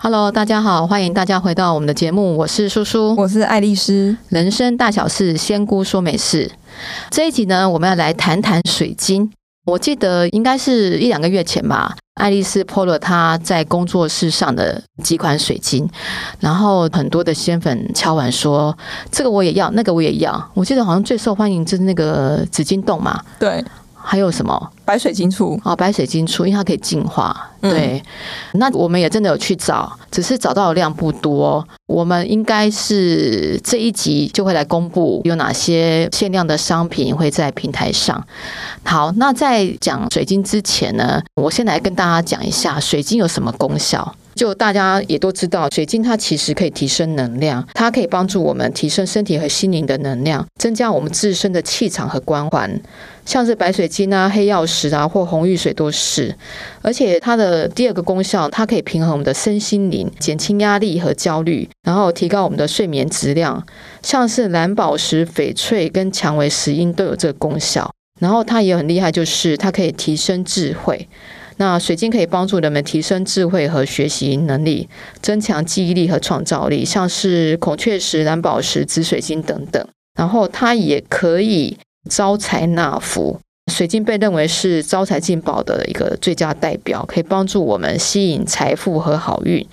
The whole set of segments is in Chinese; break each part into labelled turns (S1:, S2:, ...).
S1: Hello，大家好，欢迎大家回到我们的节目，我是叔叔。
S2: 我是爱丽丝，
S1: 人生大小事，仙姑说美事。这一集呢，我们要来谈谈水晶。我记得应该是一两个月前吧，爱丽丝 PO 了她在工作室上的几款水晶，然后很多的仙粉敲完说：“这个我也要，那个我也要。”我记得好像最受欢迎就是那个紫晶洞嘛，
S2: 对，
S1: 还有什么？
S2: 白水晶簇，
S1: 哦，白水晶出，因为它可以净化。
S2: 嗯
S1: 对，那我们也真的有去找，只是找到的量不多。我们应该是这一集就会来公布有哪些限量的商品会在平台上。好，那在讲水晶之前呢，我先来跟大家讲一下水晶有什么功效。就大家也都知道，水晶它其实可以提升能量，它可以帮助我们提升身体和心灵的能量，增加我们自身的气场和光环。像是白水晶啊、黑曜石啊或红玉水都是。而且它的第二个功效，它可以平衡我们的身心灵，减轻压力和焦虑，然后提高我们的睡眠质量。像是蓝宝石、翡翠跟蔷薇石英都有这个功效。然后它也很厉害，就是它可以提升智慧。那水晶可以帮助人们提升智慧和学习能力，增强记忆力和创造力，像是孔雀石、蓝宝石、紫水晶等等。然后它也可以招财纳福，水晶被认为是招财进宝的一个最佳代表，可以帮助我们吸引财富和好运。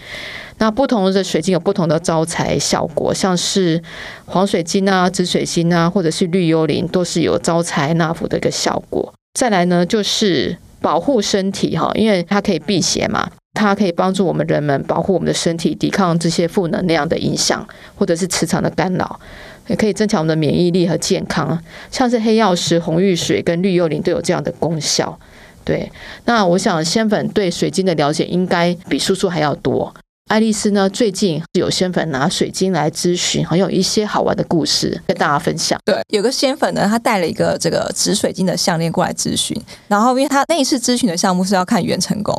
S1: 那不同的水晶有不同的招财效果，像是黄水晶啊、紫水晶啊，或者是绿幽灵，都是有招财纳福的一个效果。再来呢，就是保护身体哈，因为它可以辟邪嘛，它可以帮助我们人们保护我们的身体，抵抗这些负能量的影响或者是磁场的干扰，也可以增强我们的免疫力和健康。像是黑曜石、红玉水跟绿幽灵都有这样的功效。对，那我想仙粉对水晶的了解应该比叔叔还要多。爱丽丝呢，最近有仙粉拿水晶来咨询，很有一些好玩的故事跟大家分享。
S2: 对，有个仙粉呢，他带了一个这个紫水晶的项链过来咨询，然后因为他那一次咨询的项目是要看元成功，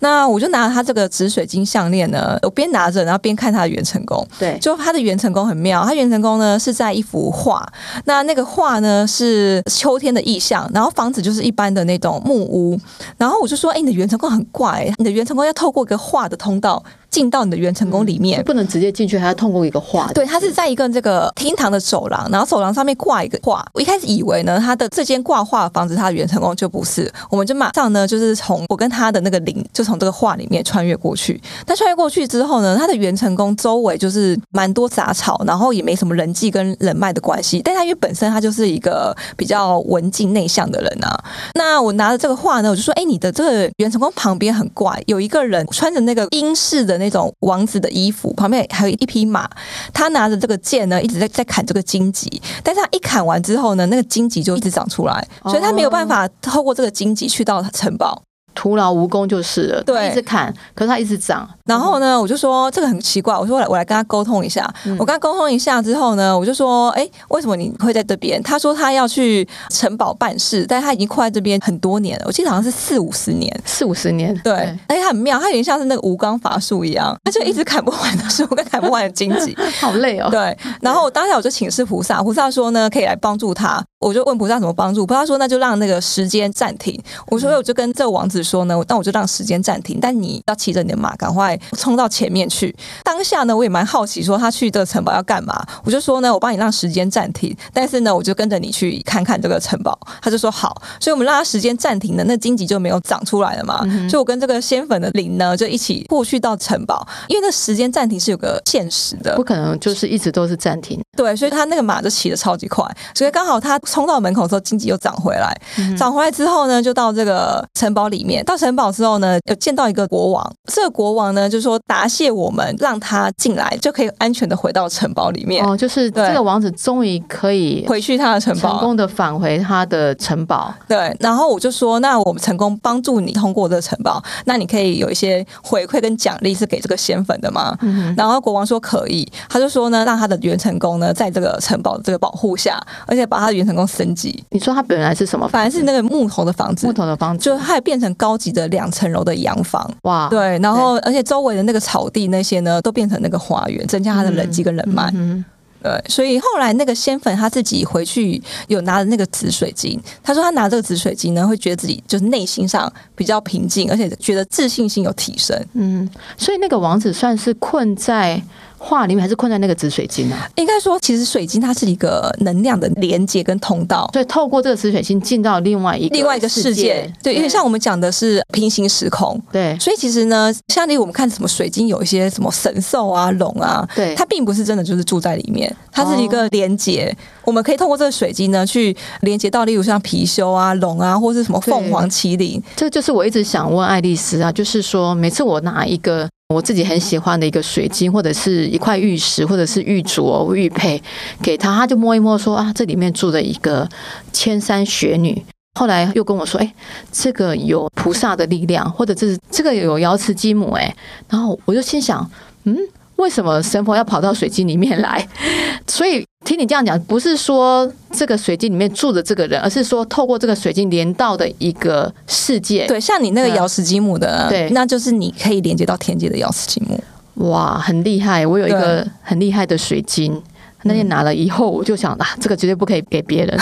S2: 那我就拿他这个紫水晶项链呢，我边拿着，然后边看他的元成功，
S1: 对，
S2: 就他的元成功很妙，他元成功呢是在一幅画，那那个画呢是秋天的意象，然后房子就是一般的那种木屋，然后我就说，哎、你的元成功很怪、你的元成功要透过一个画的通道进到你的元成功里面。
S1: 不能直接进去，还要通过一个画。
S2: 对，它是在一个这个厅堂的走廊，然后走廊上面挂一个画。我一开始以为呢，它的这间挂画的房子，它的原成功就不是，我们就马上呢，就是从我跟他的那个灵，就从这个画里面穿越过去。但穿越过去之后呢，它的原成功周围就是蛮多杂草，然后也没什么人际跟人脉的关系。但他因为本身他就是一个比较文静内向的人啊，那我拿着这个画呢，我就说，哎、你的这个元成功旁边很怪，有一个人穿着那个英式的那种王子的衣服，旁边还有一匹马，他拿着这个剑呢，一直在在砍这个荆棘，但是他一砍完之后呢，那个荆棘就一直长出来，
S1: 哦
S2: 所以他没有办法透过这个荆棘去到城堡。
S1: 徒劳无功就是了。
S2: 对
S1: 一直砍，可是它一直长。
S2: 然后呢，我就说这个很奇怪，我说我来我来跟他沟通一下。
S1: 嗯
S2: 我跟他沟通一下之后呢，我就说，哎，为什么你会在这边？他说他要去城堡办事，但他已经快在这边很多年了，我记得好像是四五十年。
S1: 四五十年。
S2: 对，而哎且它很妙，它有点像是那个吴刚伐树一样，它就一直砍不完的树跟砍不完的荆棘。
S1: 好累哦。
S2: 对，然后我当下我就请示菩萨，菩萨说呢可以来帮助他，我就问菩萨怎么帮助，菩萨说那就让那个时间暂停。我说我就跟这个王子说呢，那我就让时间暂停，但你要骑着你的马赶快冲到前面去。当下呢我也蛮好奇说他去这个城堡要干嘛，我就说呢我帮你让时间暂停，但是呢我就跟着你去看看这个城堡，他就说好，所以我们让他时间暂停呢，那荆棘就没有长出来了嘛，所以我跟这个仙粉的灵呢就一起过去到城堡，因为那时间暂停是有个限时的
S1: 不，可能就是一直都是暂停。
S2: 对，所以他那个马就骑得超级快，所以刚好他冲到门口的时候，荆棘又长回来。
S1: 嗯
S2: 长回来之后呢，就到这个城堡里面。到城堡之后呢，有见到一个国王，这个国王呢就说答谢我们，让他进来，就可以安全的回到城堡里面，
S1: 哦，就是
S2: 对
S1: 这个王子终于可以
S2: 回去他的城
S1: 成
S2: 堡。
S1: 功的返回他的城堡。
S2: 对，然后我就说，那我们成功帮助你通过这个城堡，那你可以有一些回馈跟奖励是给这个仙粉的吗？
S1: 嗯
S2: 然后国王说可以，他就说呢，让他的元成功呢在这个城堡的这个保护下，而且把他的元成功升级。
S1: 你说他本来是什么？
S2: 反而是那个木头的房子
S1: 木，头的房子，
S2: 就它也变成高级的两层楼的洋房。
S1: 哇，
S2: 对，然后而且周围的那个草地那些呢，都变成那个花园，增加他的人际跟人脉。
S1: 嗯，
S2: 对，所以后来那个仙粉他自己回去有拿着那个紫水晶，他说他拿这个紫水晶呢，会觉得自己就是内心上比较平静，而且觉得自信心有提升。
S1: 嗯，所以那个王子算是困在画里面，还是困在那个紫水晶啊？
S2: 应该说，其实水晶它是一个能量的连接跟通道。
S1: 所以透过这个紫水晶进到另外一
S2: 另外一个世界，对，因为像我们讲的是平行时空，
S1: 对
S2: 所以其实呢，像例如我们看什么水晶有一些什么神兽啊、龙啊，
S1: 对哦
S2: 它并不是真的就是住在里面，它是一个连接。我们可以通过这个水晶呢，去连接到例如像貔貅啊、龙啊，或是什么凤凰、麒麟。
S1: 这就是我一直想问爱丽丝啊，就是说每次我拿一个我自己很喜欢的一个水晶，或者是一块玉石，或者是玉镯、玉佩给她，她就摸一摸说啊，这里面住着一个千山雪女。后来又跟我说，哎，这个有菩萨的力量，或者这是这个有瑶池金母，哎，然后我就心想，嗯，为什么神佛要跑到水晶里面来？ 所以听你这样讲，不是说这个水晶里面住的这个人，而是说透过这个水晶连到的一个世界。，
S2: 对，像你那个
S1: 嗯
S2: 瑶石积木的，
S1: 对
S2: 那就是你可以连接到天界的瑶石积木。
S1: 哇，很厉害！我有一个
S2: 对
S1: 很厉害的水晶，那天拿了以后，我就想啊，这个绝对不可以给别 人。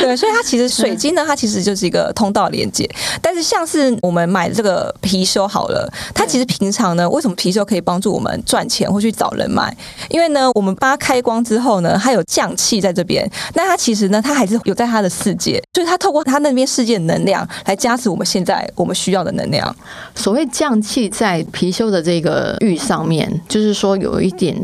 S2: 对，所以它其实水晶呢，它其实就是一个通道连接。但是像是我们买这个貔貅好了，它其实平常呢，为什么貔貅可以帮助我们赚钱或去找人买？因为呢，我们把它开光之后呢，它有降气在这边，那它其实呢，它还是有在它的世界，就是它透过它那边世界的能量来加持我们现在我们需要的能量。
S1: 所谓降气在貔貅的这个玉上面，就是说有一点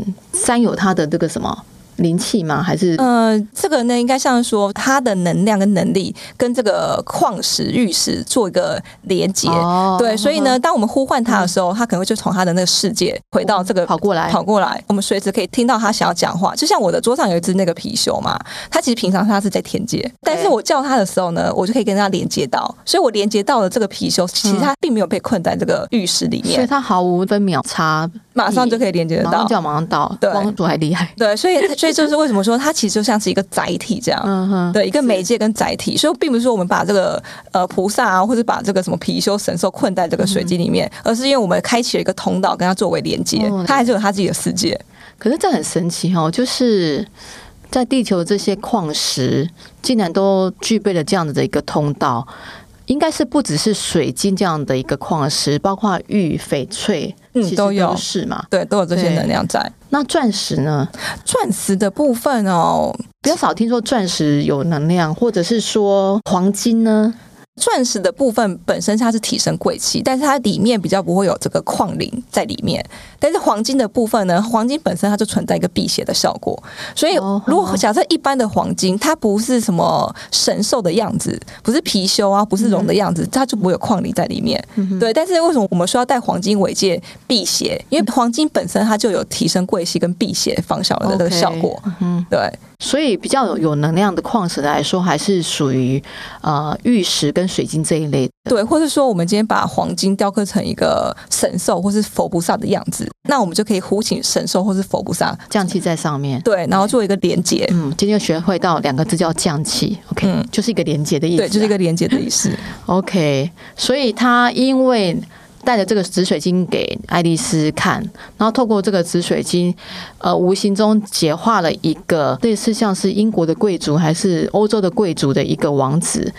S1: 沾有它的这个什么灵气吗？还是
S2: 呃，这个呢，应该像是说它的能量跟能力跟这个矿石、玉石做一个连接。
S1: 哦
S2: 对，所以呢，当我们呼唤它的时候，它可能会就从它的那个世界回到这个
S1: 嗯跑过来
S2: 跑过来。我们随时可以听到它想要讲话，就像我的桌上有一只那个貔貅嘛，它其实平常它是在天界，但是我叫它的时候呢，我就可以跟它连接到，所以我连接到了这个貔貅，其实它并没有被困在这个玉石里
S1: 嗯所以
S2: 面，
S1: 它毫无分秒差，
S2: 马上就可以连接得
S1: 马
S2: 到
S1: 上就。要马上到，
S2: 对
S1: 光主还厉害。
S2: 对，所以所以就是为什么说它其实就像是一个载体这样。
S1: 嗯哼，
S2: 对一个媒介跟载体，所以并不是说我们把这个呃菩萨啊，或者把这个什么貔貅神兽困在这个水晶里面，而是因为我们开启了一个通道跟它作为连接
S1: 哦，
S2: 它还是有它自己的世界。
S1: 可是这很神奇哦，就是在地球这些矿石竟然都具备了这样子的一个通道，应该是不只是水晶这样的一个矿石，包括玉、翡翠，
S2: 嗯
S1: 其实
S2: 都有
S1: 是嘛。
S2: 对，都有这些
S1: 对
S2: 能量在。
S1: 那钻石呢？
S2: 钻石的部分哦，
S1: 比较少听说钻石有能量，或者是说黄金呢？
S2: 钻石的部分本身它是提升贵气，但是它里面比较不会有这个矿磷在里面。但是黄金的部分呢，黄金本身它就存在一个辟邪的效果，所以
S1: 哦
S2: 如果假设一般的黄金，它不是什么神兽的样子，不是貔貅啊，不是龙的样子，它就不会有矿磷在里面。
S1: 嗯
S2: 对，但是为什么我们说要戴黄金尾戒辟邪？因为黄金本身它就有提升贵气跟辟邪防小人的这个效果。
S1: 嗯，
S2: 对，
S1: 所以比较有有能量的矿石来说，还是属于呃玉石跟水晶这一类的。
S2: 对，或是说我们今天把黄金雕刻成一个神兽或是佛菩萨的样子，那我们就可以呼请神兽或是佛菩萨，
S1: 降气在上面。
S2: 对，然后做一个连接，
S1: 嗯，今天又学会到两个字叫降气，OK，、
S2: 嗯
S1: 就是一个连接的意思啊、
S2: 对，就是一个连接的意 思。
S1: OK。所以他因为带着这个紫水晶给爱丽丝看，然后透过这个紫水晶，呃，无形中解化了一个类似像是英国的贵族还是欧洲的贵族的一个王子，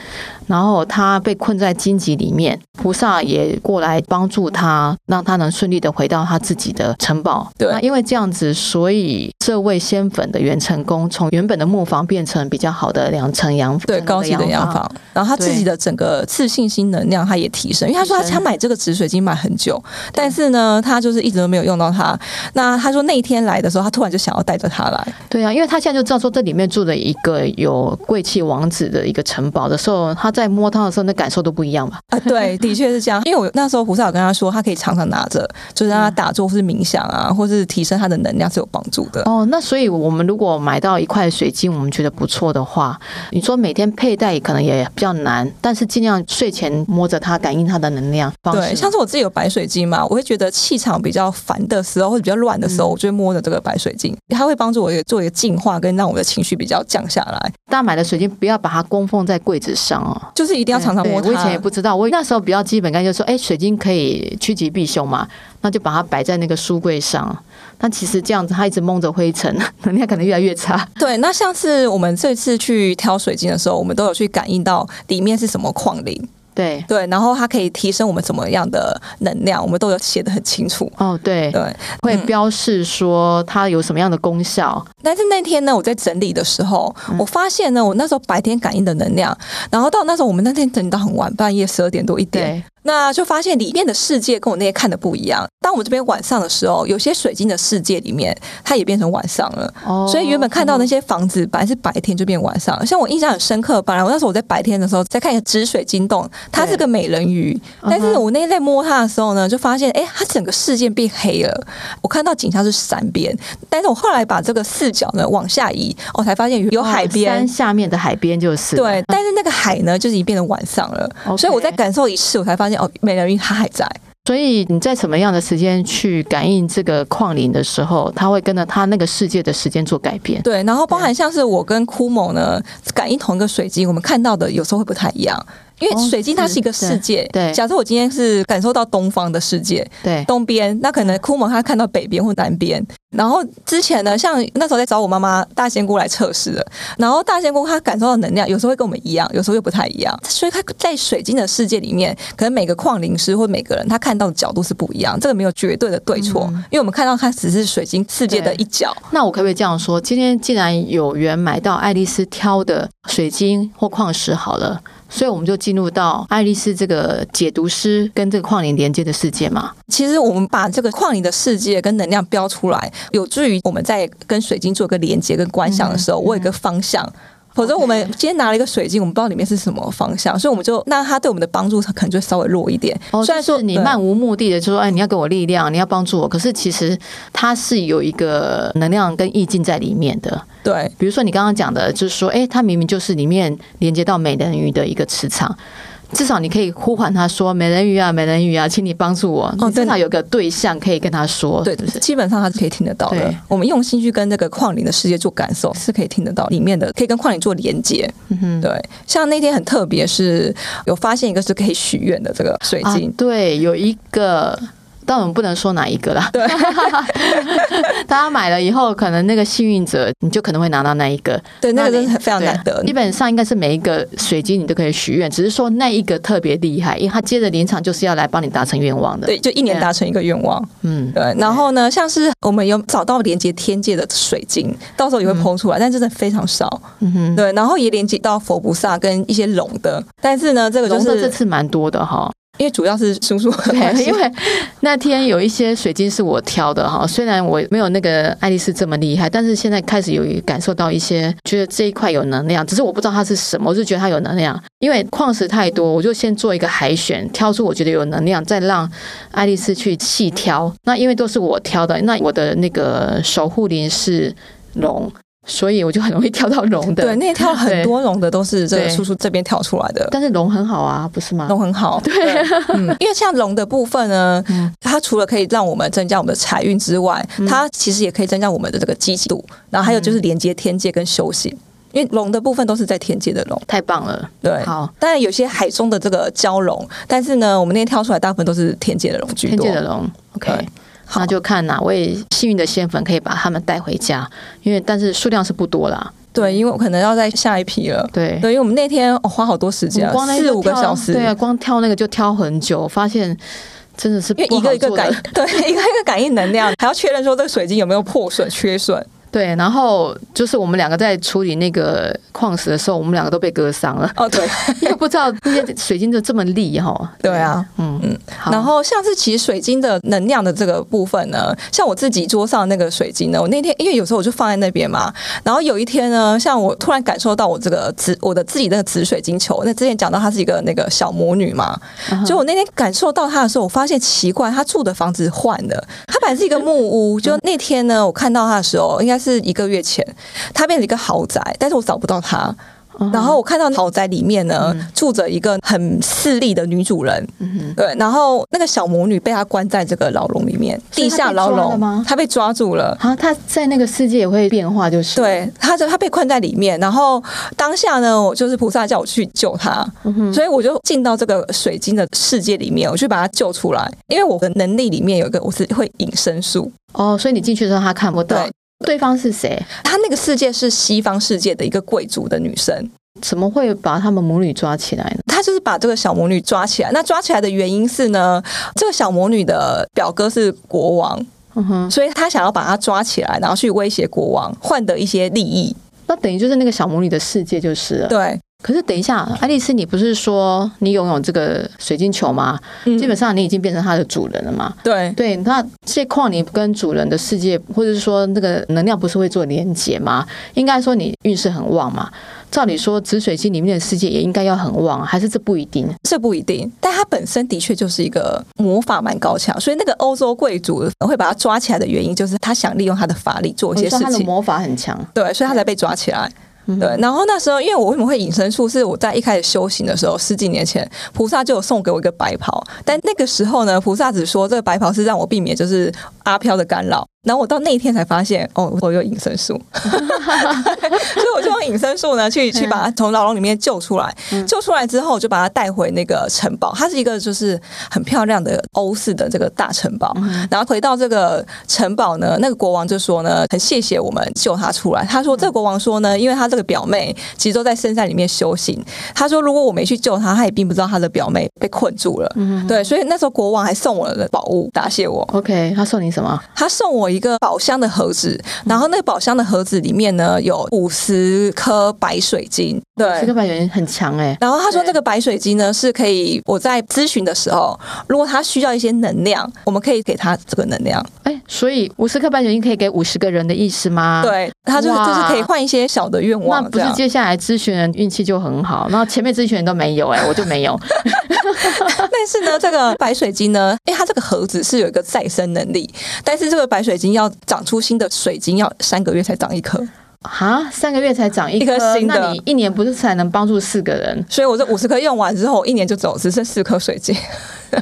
S1: 然后他被困在荆棘里面，菩萨也过来帮助他，让他能顺利的回到他自己的城堡。
S2: 对
S1: 那因为这样子，所以这位仙粉的元成功从原本的木房变成比较好的两层洋
S2: 对高级的洋。房，然后他自己的整个自信心能量，他也提升，因为他说他
S1: 提升
S2: 他买这个紫水晶买很久，但是呢，他就是一直都没有用到它。那他说那一天来的时候，他突然就想要带着它来，
S1: 对啊，因为他现在就知道说这里面住了一个有贵气王子的一个城堡的时候，他在摸它的时候，那感受都不一样吧？
S2: 啊， 对，的确是这样。因为我那时候菩萨有跟他说，他可以常常拿着，就是让他打坐或是冥想啊，或是提升他的能量是有帮助的。
S1: 哦，那所以我们如果买到一块水晶，我们觉得不错的话，你说每天佩戴可能也比较难，但是尽量睡前摸着它，感应它的能量方式。
S2: 对，像是我自己有白水晶嘛，我会觉得气场比较烦的时候，或者比较乱的时
S1: 嗯
S2: 候，我就会摸着这个白水晶，它会帮助我做一个净化，跟让我的情绪比较降下来。
S1: 大家买的水晶不要把它供奉在柜子上哦。
S2: 就是一定要常常摸
S1: 对
S2: 它。
S1: 我以前也不知道，我那时候比较基本概念就是说，哎，水晶可以趋吉避凶嘛，那就把它摆在那个书柜上。那其实这样子，它一直蒙着灰尘， 能量可能越来越差。
S2: 对，那像是我们这次去挑水晶的时候，我们都有去感应到里面是什么矿灵，
S1: 对，
S2: 对，然后它可以提升我们怎么样的能量，我们都有写的很清楚。
S1: 哦，对，
S2: 对，
S1: 会标示说它有什么样的功效。
S2: 但是那天呢，我在整理的时候，
S1: 嗯
S2: 我发现呢，我那时候白天感应的能量，然后到那时候我们那天整理到很晚，半夜十二点多一点，
S1: 对，
S2: 那就发现里面的世界跟我那天看的不一样。当我们这边晚上的时候，有些水晶的世界里面，它也变成晚上了。
S1: 哦
S2: 所以原本看到那些房子，本来是白天就变晚上了。像我印象很深刻，本来我那时候我在白天的时候在看一个紫水晶洞，它是个美人鱼，
S1: 嗯哼
S2: 但是我那天在摸它的时候呢，就发现哎、诶它整个视线变黑了。我看到景象是山边，但是我后来把这个视角呢往下移，我才发现有海
S1: 哦
S2: 边
S1: 山。下面的海边就是
S2: 对，但是那个海呢，就是已经变成晚上了
S1: OK
S2: 所以我在感受一次，我才发现哦，美人鱼它还在。
S1: 所以你在什么样的时间去感应这个矿灵的时候，它会跟着它那个世界的时间做改变。
S2: 对，然后包含像是我跟枯某呢，感应同一个水晶，我们看到的有时候会不太一样，因
S1: 哦
S2: 为水晶它
S1: 是
S2: 是一个世界。
S1: 对对
S2: 假设我今天是感受到东方的世界，
S1: 对，
S2: 东边，那可能枯某他看到北边或南边。然后之前呢，像那时候在找我妈妈大仙姑来测试的，然后大仙姑她感受到能量，有时候会跟我们一样，有时候又不太一样。所以她在水晶的世界里面，可能每个矿灵师或每个人他看到的角度是不一样，这个没有绝对的对错，因为我们看到它只是水晶世界的一角。
S1: 那我可不可以这样说？今天既然有缘买到爱丽丝挑的水晶或矿石，好了。所以我们就进入到爱丽丝这个解读师跟这个矿灵连接的世界嘛。
S2: 其实我们把这个矿里的世界跟能量标出来，有助于我们在跟水晶做一个连接跟观想的时
S1: 嗯
S2: 候，我有一个方向。否则我们今天拿了一个水晶，我们不知道里面是什么方向，所以我们就那它对我们的帮助可能就稍微弱一点。
S1: 哦，
S2: 虽然说
S1: 就是你
S2: 对
S1: 漫无目的的就说，哎，你要给我力量，你要帮助我。可是其实它是有一个能量跟意境在里面的。
S2: 对
S1: 比如说你刚刚讲的，就是说，哎，它明明就是里面连接到美人鱼的一个磁场，至少你可以呼唤它说：“美人鱼啊，美人鱼啊，请你帮助我。
S2: 哦
S1: 你至
S2: 对
S1: 少有个对象可以跟他说，
S2: 对
S1: 是不是？
S2: 基本上它是可以听得到的
S1: 对。
S2: 我们用心去跟这个矿里的世界做感受，是可以听得到里面的，可以跟矿里做连接。嗯、对，像那天很特别，是有发现一个是可以许愿的这个水
S1: 啊
S2: 晶，，
S1: 对，有一个。但我们不能说哪一个啦。对， 大家买了以后，可能那个幸运者，你就可能会拿到那一个。
S2: 对，那个
S1: 啊那
S2: 真
S1: 你
S2: 的很非常
S1: 对
S2: 难得。
S1: 基本上应该是每一个水晶你都可以许愿，只是说那一个特别厉害，因为它接着临场就是要来帮你达成愿望的。
S2: 对，就一年
S1: 对啊
S2: 达成一个愿望。
S1: 嗯，
S2: 对，然后呢，像是我们有找到连接天界的水晶，到时候也会剖出来，但真的非常少。
S1: 嗯哼，
S2: 对，然后也连接到佛菩萨跟一些龙的，但是呢，这个就
S1: 龙的这
S2: 是
S1: 次蛮多的哈。
S2: 因为主要是叔叔的 关
S1: 对，
S2: 系
S1: 因为那天有一些水晶是我挑的哈，虽然我没有那个爱丽丝这么厉害，但是现在开始有感受到一些，觉得这一块有能量，只是我不知道它是什么，我就觉得它有能量。因为矿石太多，我就先做一个海选，挑出我觉得有能量，再让爱丽丝去细挑。那因为都是我挑的，那我的那个守护灵是龙，所以我就很容易挑到龙的。
S2: 对，那天跳很多龙的都是这个
S1: 对
S2: 叔叔这边跳出来的。
S1: 但是龙很好啊，不是吗？
S2: 龙很好，对，嗯，因为像龙的部分 呢，
S1: 嗯
S2: 它除了可以让我们增加我们的财运之外，它其实也可以增加我们的这个积极度，然后还有
S1: 嗯
S2: 就是连接天界跟修行，因为龙的部分都是在天界的龙，
S1: 太棒了，
S2: 对，
S1: 好，
S2: 当然有些海中的这个蛟龙，但是呢，我们那天挑出来大部分都是天界的龙居
S1: 天
S2: 多。
S1: 界的龙，OK
S2: 对。
S1: 那就看哪位幸运的仙粉可以把他们带回家，因为但是数量是不多啦。
S2: 对，因为我可能要在下一批了。
S1: 对，
S2: 对，因为我们那天、哦、花好多时
S1: 我
S2: 间
S1: 们
S2: 啊
S1: 光，那
S2: 四
S1: 就
S2: 五个
S1: 挑
S2: 小时，
S1: 对啊，光挑那个就挑很久，发现真的是
S2: 因为一
S1: 不好
S2: 个一个
S1: 做的
S2: 感， 对，一个一个感应能量，还要确认说这个水晶有没有破损、缺损。，
S1: 对，然后就是我们两个在处理那个矿石的时候，我们两个都被割伤了
S2: 哦，对，
S1: 因为不知道那些水晶就这么利哈。
S2: 对啊，
S1: 嗯嗯，好
S2: 然后像是其实水晶的能量的这个部分呢，像我自己桌上那个水晶呢，我那天因为有时候我就放在那边嘛，然后有一天呢，像我突然感受到我这个紫我的自己那个紫水晶球，那之前讲到它是一个那个小魔女嘛，
S1: 嗯
S2: 就我那天感受到它的时候，我发现奇怪，她住的房子换了，它本来是一个木屋，就那天呢，我看到它的时候，应该是一个月前，它变成一个豪宅，但是我找不到它。
S1: 哦
S2: 然后我看到豪宅里面呢、
S1: 嗯
S2: 住着一个很势利的女主人，对，然后那个小魔女被她关在这个牢笼里面，
S1: 所
S2: 地
S1: 以她
S2: 下
S1: 被
S2: 牢
S1: 抓了
S2: 笼
S1: 吗，
S2: 她被抓住了。
S1: 啊，他在那个世界也会变化，就是，
S2: 对，他就他被困在里面，然后当下呢，我就是菩萨叫我去救他，
S1: 嗯
S2: 所以我就进到这个水晶的世界里面，我去把他救出来。因为我的能力里面有一个我是会隐身术，
S1: 哦，所以你进去的时候他看不到
S2: 对
S1: 对方是谁，
S2: 他那个世界是西方世界的一个贵族的女生，
S1: 怎么会把他们母女抓起来呢？
S2: 她就是把这个小魔女抓起来。那抓起来的原因是呢，这个小魔女的表哥是国王，
S1: 嗯哼，
S2: 所以她想要把她抓起来，然后去威胁国王，换得一些利益。
S1: 那等于就是那个小魔女的世界就是了。
S2: 对，
S1: 可是等一下，爱丽丝，你不是说你拥有这个水晶球吗？
S2: 嗯
S1: 基本上你已经变成它的主人了嘛？
S2: 对，
S1: 对，那这矿你跟主人的世界，或者是说那个能量不是会做连结吗？应该说你运势很旺嘛。照理说，紫水晶里面的世界也应该要很旺，啊还是这不一定？
S2: 这不一定，但他本身的确就是一个魔法蛮高强，所以那个欧洲贵族会把他抓起来的原因，就是他想利用他的法力做
S1: 我
S2: 一些
S1: 觉
S2: 事
S1: 得哦他的
S2: 情，
S1: 魔嗯法很强。
S2: 对，所以他才被抓起来。对，然后那时候，因为我为什么会隐身术，是我在一开始修行的时候，十几年前，菩萨就有送给我一个白袍，但那个时候呢，菩萨只说这个白袍是让我避免就是阿飘的干扰。然后我到那一天才发现，哦，我有隐身术， 所以我就用隐身术呢，去去把他从牢笼里面救出来。救出来之后，我就把他带回那个城堡，它是一个就是很漂亮的欧式的这个大城堡。然后回到这个城堡呢，那个国王就说呢，很谢谢我们救他出来。他说，这个国王说呢，因为他这个表妹其实都在深山里面修行。他说，如果我没去救他，他也并不知道他的表妹被困住了。对，所以那时候国王还送我的宝物答谢我。
S1: OK，他送你什么？
S2: 他送我一个宝箱的盒子，
S1: 嗯
S2: 然后那个宝箱的盒子里面呢有五十颗白水晶，
S1: 这
S2: 对
S1: 个。百元很强哎、
S2: 然后他说，
S1: 对
S2: 这个白水晶呢是可以我在咨询的时候，如果他需要一些能量，我们可以给他这个能量。
S1: 哎、所以五十颗白水晶可以给五十个人的意思吗？。
S2: 对，他就是
S1: 啊哇
S2: 就是可以换一些小的愿
S1: 那
S2: 望，
S1: 不
S2: 这
S1: 是
S2: 样。
S1: 接下来咨询人运气就很好，然后前面咨询人都没有 哎、我就没有。
S2: 但是呢，这个白水晶呢，因为它这个盒子是有一个再生能力，但是这个白水晶要长出新的水晶要三个月才长一颗，
S1: 啊，三个月才长一
S2: 一
S1: 颗
S2: 颗新的
S1: 那你一年不是才能帮助四个 人？
S2: 所以我这五十颗用完之后，我一年就走只剩四颗水晶。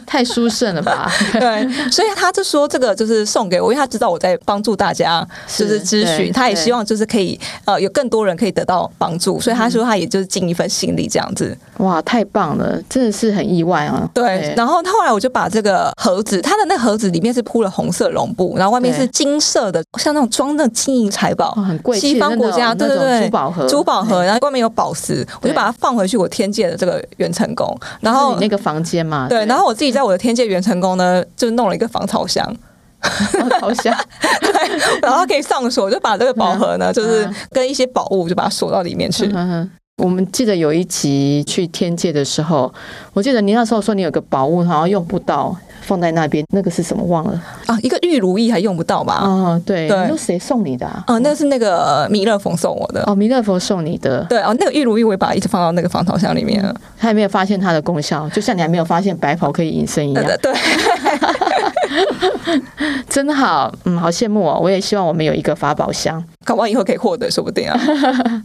S1: 太殊胜了吧？
S2: 对，所以他就说这个就是送给我，因为他知道我在帮助大家，就是咨
S1: 是
S2: 询，
S1: 对
S2: 他也
S1: 对
S2: 希望就是可以呃有更多人可以得到帮助，所以他说他也就是尽一份心力这样子。
S1: 哇，太棒了，真的是很意外啊！
S2: 对，然后后来我就把这个盒子，它的那盒子里面是铺了红色绒布，然后外面
S1: 对
S2: 是金色的，像那种装那种金银财宝
S1: 哦，，很贵气，
S2: 西方国家
S1: 那种
S2: 对对
S1: 那种
S2: 对
S1: 珠宝盒，哎
S2: 珠宝盒，然后外面有宝石，我就把它放回去我天界的这个元成宫，然
S1: 就是
S2: 后
S1: 你。那个房间嘛，
S2: 对，然后我自己在我的天界元成宫呢，就弄了一个防潮箱，
S1: 后好 像
S2: 对， 然后可以上锁，就把这个宝
S1: 嗯
S2: 盒呢，就是跟一些宝物就把它锁到里面去。
S1: 我们记得有一集去天界的时候，我记得你那时候说你有个宝物，好像用不到，放在那边，那个是什么忘了？
S2: 啊，一个玉如意还用不到吧？
S1: 哦，对，
S2: 啊对
S1: 你说谁送你的啊？
S2: 啊，那是那个弥勒佛送我的。
S1: 哦，弥勒佛送你的，
S2: 对啊，那个玉如意我也把它一直放到那个防潮箱里面了。
S1: 他还没有发现它的功效，就像你还没有发现白袍可以隐身一 样。
S2: 呃对，
S1: 真好，嗯，好羡慕哦！我也希望我们有一个法宝箱。
S2: 搞不好以后可以获得，说不 定啊。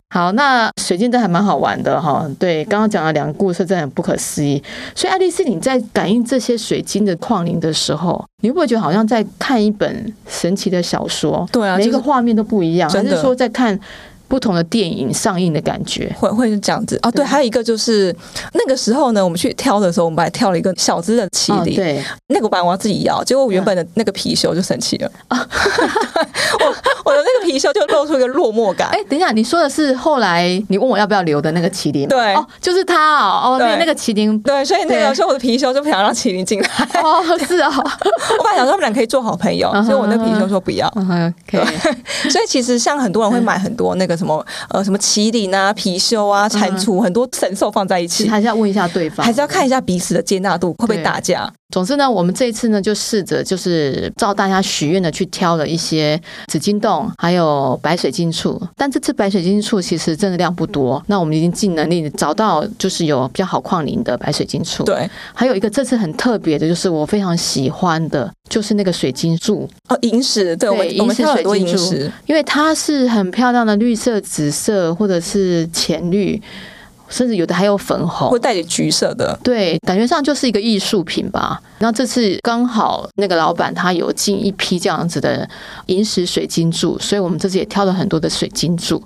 S1: 好，那水晶灯还蛮好玩的哈、对，刚刚讲了两个故事，真的很不可思议。所以，爱丽丝，你在感应这些水晶的矿灵的时候，你会不会觉得好像在看一本神奇的小说？
S2: 对啊
S1: 每一
S2: 就
S1: 个
S2: 是
S1: 画面都不一样，
S2: 真
S1: 还
S2: 的
S1: 是说在看不同的电影上映的感觉？
S2: 会会是这样子哦。对，
S1: 对
S2: 还有一个就是那个时候呢，我们去挑的时候，我们还挑了一个小只的麒
S1: 哦
S2: 麟，
S1: 对，
S2: 那个版我要自己要，结果我原本的那个貔貅就生 气了，
S1: 哦
S2: 我我的那个貔貅就露出一个落寞感。
S1: 哎、等一下，你说的是后来你问我要不要留的那个麒麟吗？
S2: 对
S1: 哦，就是它哦，哦，
S2: 对
S1: 那那个麒麟，
S2: 对，所以那个
S1: 对
S2: 时候我的貔貅就不想让麒麟进来，
S1: 哦，是哦，
S2: 我本来想说他们俩可以做好朋友，
S1: 嗯哼
S2: 所以我那貔貅说不要。
S1: 嗯哼，OK，
S2: 所以其实像很多人会买很多那个什么呃什么麒麟啊、貔貅啊、蟾蜍，很多神兽放在一
S1: 其实
S2: 起，
S1: 还嗯是要问一下对方，
S2: 还是要看一下彼此的接纳度会不会
S1: 对
S2: 打架。
S1: 总之呢，我们这一次呢，就试着就是照大家许愿的去挑了一些紫金洞，还有白水晶柱。但这次白水晶柱其实真的量不
S2: 嗯
S1: 多，那我们已经尽能力找到就是有比较好矿龄的白水晶柱。，
S2: 对，
S1: 还有一个这次很特别的，就是我非常喜欢的，就是那个水晶柱，
S2: 哦，萤石，对我们
S1: 对
S2: 我
S1: 萤
S2: 们
S1: 石
S2: 挑了很多
S1: 水晶
S2: 萤
S1: 柱
S2: 石，
S1: 因为它是很漂亮的绿色、紫色或者是浅绿，甚至有的还有粉红
S2: 会。带点橘色的，
S1: 对，感觉上就是一个艺术品吧。那这次刚好那个老板他有进一批这样子的银石水晶柱，所以我们这次也挑了很多的水晶柱。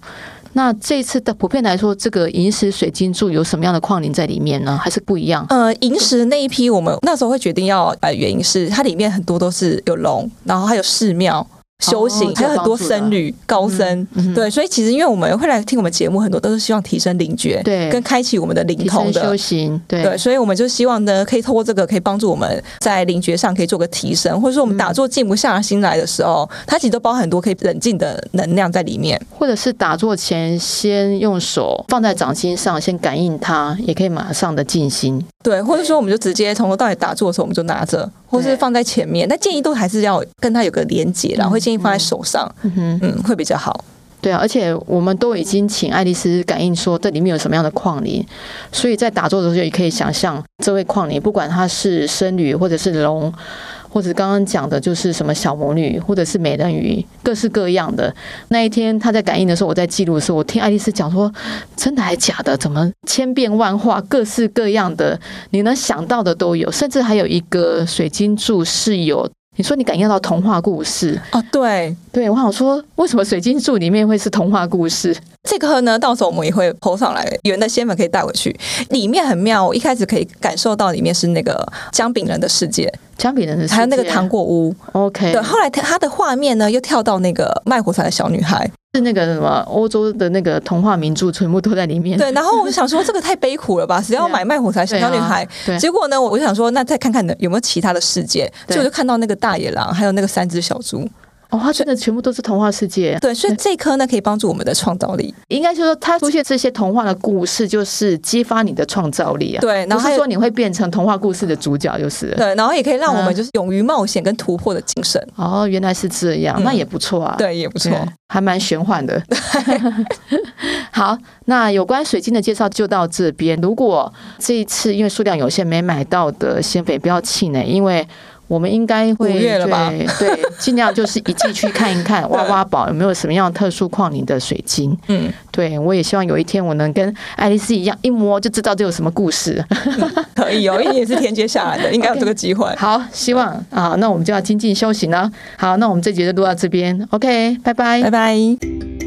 S1: 那这次的普遍来说，这个银石水晶柱有什么样的矿灵在里面呢？还是不一样？
S2: 呃，银石那一批，我们那时候会决定要呃，原因是它里面很多都是有龙，然后还有寺庙。修行、
S1: 这哦有
S2: 还有很
S1: 帮
S2: 多
S1: 助的
S2: 僧侣、高僧，
S1: 嗯哼
S2: 对，所以其实因为我们会来听我们节目，很多都是希望提升灵觉，
S1: 对
S2: 跟开启我们的灵
S1: 提
S2: 通
S1: 升修
S2: 的，
S1: 行，对
S2: 对，所以我们就希望呢，可以透过这个，可以帮助我们在灵觉上可以做个提升，或者说我们打坐静不下心来的时候，它其实都包含很多可以冷静的能量在里面。
S1: 或者是打坐前先用手放在掌心上，先感应它，也可以马上的静心。
S2: 对，或者说我们就直接从头到尾打坐的时候，我们就拿着，或是
S1: 对
S2: 放在前面。但建议都还是要跟它有个连接啦，然后会建议放在手上，
S1: 嗯哼，
S2: 嗯，会比较好。
S1: 对啊，而且我们都已经请爱丽丝感应说这里面有什么样的矿灵，所以在打坐的时候也可以想象这位矿灵，不管他是僧侣或者是龙，或者刚刚讲的就是什么小魔女或者是美人鱼，各式各样的。那一天他在感应的时候，我在记录的时候，我听爱丽丝讲说，真的还假的？怎么千变万化，各式各样的，你能想到的都有，甚至还有一个水晶柱是有。你说你感应到童话故事，
S2: 哦，对，
S1: 对我想说，为什么水晶柱里面会是童话故事？
S2: 这颗呢，到时候我们也会抛上来，圆的仙粉可以带回去。里面很妙，我一开始可以感受到里面是那个姜饼人的世界，
S1: 姜饼人的世界
S2: 还有那个糖果屋。
S1: ，OK，
S2: 对，后来它它的画面呢又跳到那个卖火柴的小女孩。
S1: 是那个什么欧洲的那个童话名著，全部都在里面。
S2: 对，然后我就想说，这个太悲苦 了吧？谁要买卖火柴
S1: 嗯
S2: 小
S1: 对啊
S2: 小女孩？
S1: 对
S2: 结果呢，我就想说，那再看看有没有其他的世界，
S1: 对
S2: 所以我就看到那个大野狼，还有那个三只小猪。
S1: 哦，它真的全部都是童话世界。
S2: 对，所以这一颗呢可以帮助我们的创造力。
S1: 应该就是说，它出现这些童话的故事，就是激发你的创造力啊。，
S2: 对，然
S1: 不
S2: 后还
S1: 是
S2: 有
S1: 说你会变成童话故事的主角，就是了。
S2: 对，然后也可以让我们
S1: 嗯
S2: 就是勇于冒险跟突破的精神。
S1: 哦，原来是这样，
S2: 嗯
S1: 那也不错啊。
S2: 对，也不错。
S1: 对，还蛮玄幻 的。好，那有关水晶的介绍就到这边。如果这一次因为数量有限没买到的仙粉，不要气馁，因为。我们应该会
S2: 五月了吧
S1: 对对，尽量就是一季去看一 看，挖挖宝有没有什么样特殊矿里的水晶。
S2: 嗯，
S1: 对我也希望有一天我能跟爱丽丝一样，一摸就知道这有什么故 事。
S2: 可以哦，因为你也是天接下来的，应该有这个 机会。
S1: 好，希望啊，那我们就要精进修行了。好，那我们这节就录到这边，OK，拜拜
S2: 拜拜。